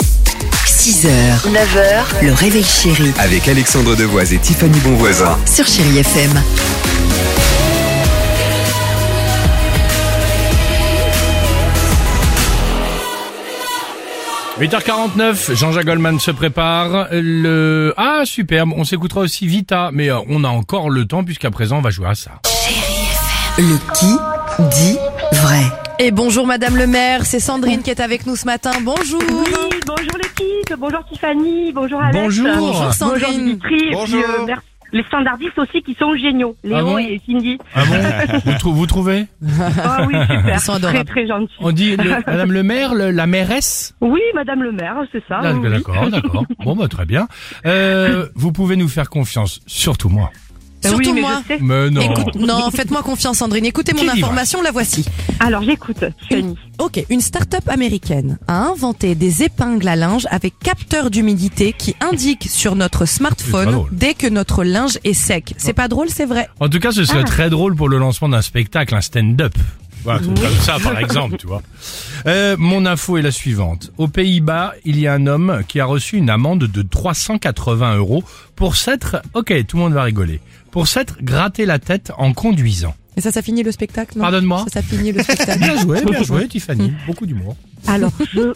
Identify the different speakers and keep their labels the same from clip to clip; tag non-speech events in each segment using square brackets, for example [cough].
Speaker 1: 6h, 9h, le réveil chéri
Speaker 2: Avec Alexandre Devoise et Tiffany Bonvoisin.
Speaker 1: sur Chérie FM.
Speaker 3: Mmh. 8h49, Jean-Jacques Goldman se prépare. Le ah superbe, on s'écoutera aussi Vita, mais euh, on a encore le temps puisqu'à présent on va jouer à ça.
Speaker 1: Le qui dit vrai.
Speaker 4: Et bonjour Madame le maire, c'est Sandrine qui est avec nous ce matin. Bonjour.
Speaker 5: Oui, bonjour l'équipe, bonjour Tiffany, bonjour Alex.
Speaker 3: Bonjour.
Speaker 4: Bonjour
Speaker 5: Bonjour
Speaker 4: Sandrine.
Speaker 5: Dimitri, et puis, euh, merci- les standardistes aussi qui sont géniaux, Léo
Speaker 3: Ah bon
Speaker 5: et Cindy.
Speaker 3: Ah bon vous, trou- vous trouvez [laughs]
Speaker 5: Ah oui, super,
Speaker 4: Ils sont adorables.
Speaker 5: très très gentils.
Speaker 3: On dit [laughs] le- Madame le maire, le- la mairesse.
Speaker 5: Oui, Madame le maire, c'est ça.
Speaker 3: Ah,
Speaker 5: oui.
Speaker 3: D'accord, d'accord. Bon bah très bien. Euh, vous pouvez nous faire confiance, surtout [laughs] moi.
Speaker 5: Ben
Speaker 4: Surtout
Speaker 5: oui, mais
Speaker 4: moi.
Speaker 5: je sais.
Speaker 3: Mais non.
Speaker 4: Écoute, non, faites-moi confiance Sandrine. Écoutez
Speaker 3: Qui
Speaker 4: mon
Speaker 3: dit vrai
Speaker 4: information, la voici.
Speaker 5: Alors j'écoute, Tiffany.
Speaker 4: Ok, une start-up américaine a inventé des épingles à linge avec capteur d'humidité qui indique sur notre
Speaker 3: C'est pas
Speaker 4: smartphone
Speaker 3: drôle.
Speaker 4: dès que notre linge est sec. C'est pas drôle, c'est vrai.
Speaker 3: En tout cas, ce
Speaker 4: Ah.
Speaker 3: serait très drôle pour le lancement d'un spectacle, un stand-up. Voilà, tout comme ça, par exemple, tu vois. Euh, mon info est la suivante. Aux Pays-Bas, il y a un homme qui a reçu une amende de 380 euros pour s'être, ok, tout le monde va rigoler, pour s'être gratté la tête en conduisant.
Speaker 4: Et ça, ça finit le spectacle non
Speaker 3: Pardonne-moi
Speaker 4: Ça, ça finit le
Speaker 3: [laughs]
Speaker 4: spectacle.
Speaker 3: Bien
Speaker 4: [laughs]
Speaker 3: joué, bien joué, Tiffany. Beaucoup d'humour.
Speaker 5: Alors je...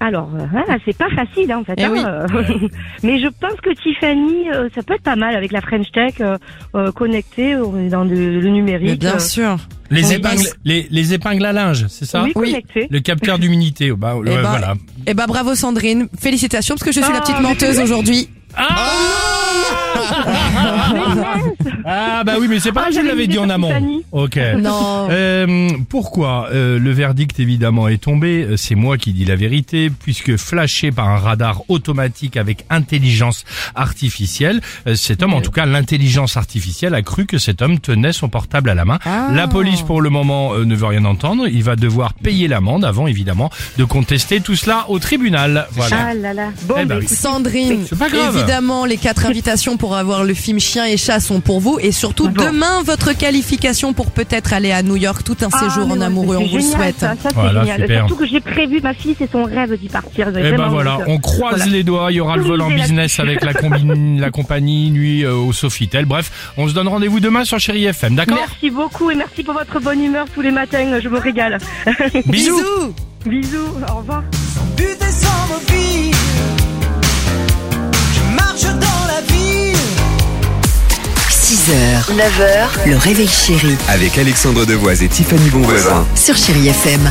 Speaker 5: Alors, euh, hein, c'est pas facile hein, en fait.
Speaker 4: Eh
Speaker 5: hein,
Speaker 4: oui.
Speaker 5: euh, [laughs] Mais je pense que Tiffany, euh, ça peut être pas mal avec la French Tech euh, euh, connectée, on est dans le, le numérique.
Speaker 4: Mais bien
Speaker 5: euh,
Speaker 4: sûr.
Speaker 3: Les
Speaker 4: Oui.
Speaker 3: épingles, les, les épingles à linge, c'est ça
Speaker 5: Oui,
Speaker 4: Oui.
Speaker 5: connectée.
Speaker 3: Le capteur d'humidité, bah, ouais,
Speaker 4: ben,
Speaker 3: voilà.
Speaker 4: Eh bah bravo Sandrine, félicitations parce que je suis la
Speaker 5: Ah,
Speaker 4: petite
Speaker 5: mais-
Speaker 4: menteuse aujourd'hui.
Speaker 3: Ah bah oui, mais c'est pas
Speaker 5: Ah,
Speaker 3: que je
Speaker 5: j'avais
Speaker 3: l'avais
Speaker 5: une
Speaker 3: dit
Speaker 5: idée
Speaker 3: en
Speaker 5: pour
Speaker 3: amont.
Speaker 5: Tiffany.
Speaker 3: Ok.
Speaker 4: Non.
Speaker 3: Euh, pourquoi Euh, le verdict évidemment est tombé Euh, C'est moi qui dis la vérité puisque flashé par un radar automatique avec intelligence artificielle, euh, cet homme, en tout cas l'intelligence artificielle, a cru que cet homme tenait son portable à la main.
Speaker 4: Ah.
Speaker 3: La police pour le moment euh, ne veut rien entendre. Il va devoir payer l'amende avant évidemment de contester tout cela au tribunal. Voilà.
Speaker 5: Ah là là. Bon,
Speaker 3: Eh ben
Speaker 5: bah,
Speaker 3: oui.
Speaker 5: écoute,
Speaker 4: Sandrine,
Speaker 3: C'est pas grave.
Speaker 4: évidemment, les
Speaker 3: [laughs]
Speaker 4: quatre invitations pour avoir le film Chien et Chat sont pour vous. Et surtout,
Speaker 5: Bon.
Speaker 4: demain, votre qualification pour peut-être aller à New York, tout un
Speaker 5: Ah,
Speaker 4: séjour
Speaker 5: mais
Speaker 4: en
Speaker 5: ouais,
Speaker 4: amoureux,
Speaker 5: c'est
Speaker 4: on vous le
Speaker 5: génial,
Speaker 4: souhaite.
Speaker 5: Ça, ça, c'est
Speaker 3: Voilà,
Speaker 5: génial.
Speaker 3: super.
Speaker 5: Surtout que j'ai prévu, ma fille, c'est son rêve d'y partir. euh,
Speaker 3: Eh ben voilà, on croise
Speaker 5: Voilà.
Speaker 3: les doigts, il y aura le
Speaker 5: Oui,
Speaker 3: vol en
Speaker 5: j'ai la-
Speaker 3: business avec la, combine, la compagnie nuit euh, au Sofitel. Bref, on se donne rendez-vous demain sur Chéri FM, d'accord
Speaker 5: Merci beaucoup et merci pour votre bonne humeur tous les matins. Je me régale. [laughs]
Speaker 4: Bisous.
Speaker 5: Bisous, au revoir.
Speaker 6: Buvez sans mobile, je marche dans la ville.
Speaker 1: 6h, 9h, le réveil chéri
Speaker 2: Avec Alexandre Devoise et Tiffany Bonvoisin.
Speaker 1: sur Chérie FM.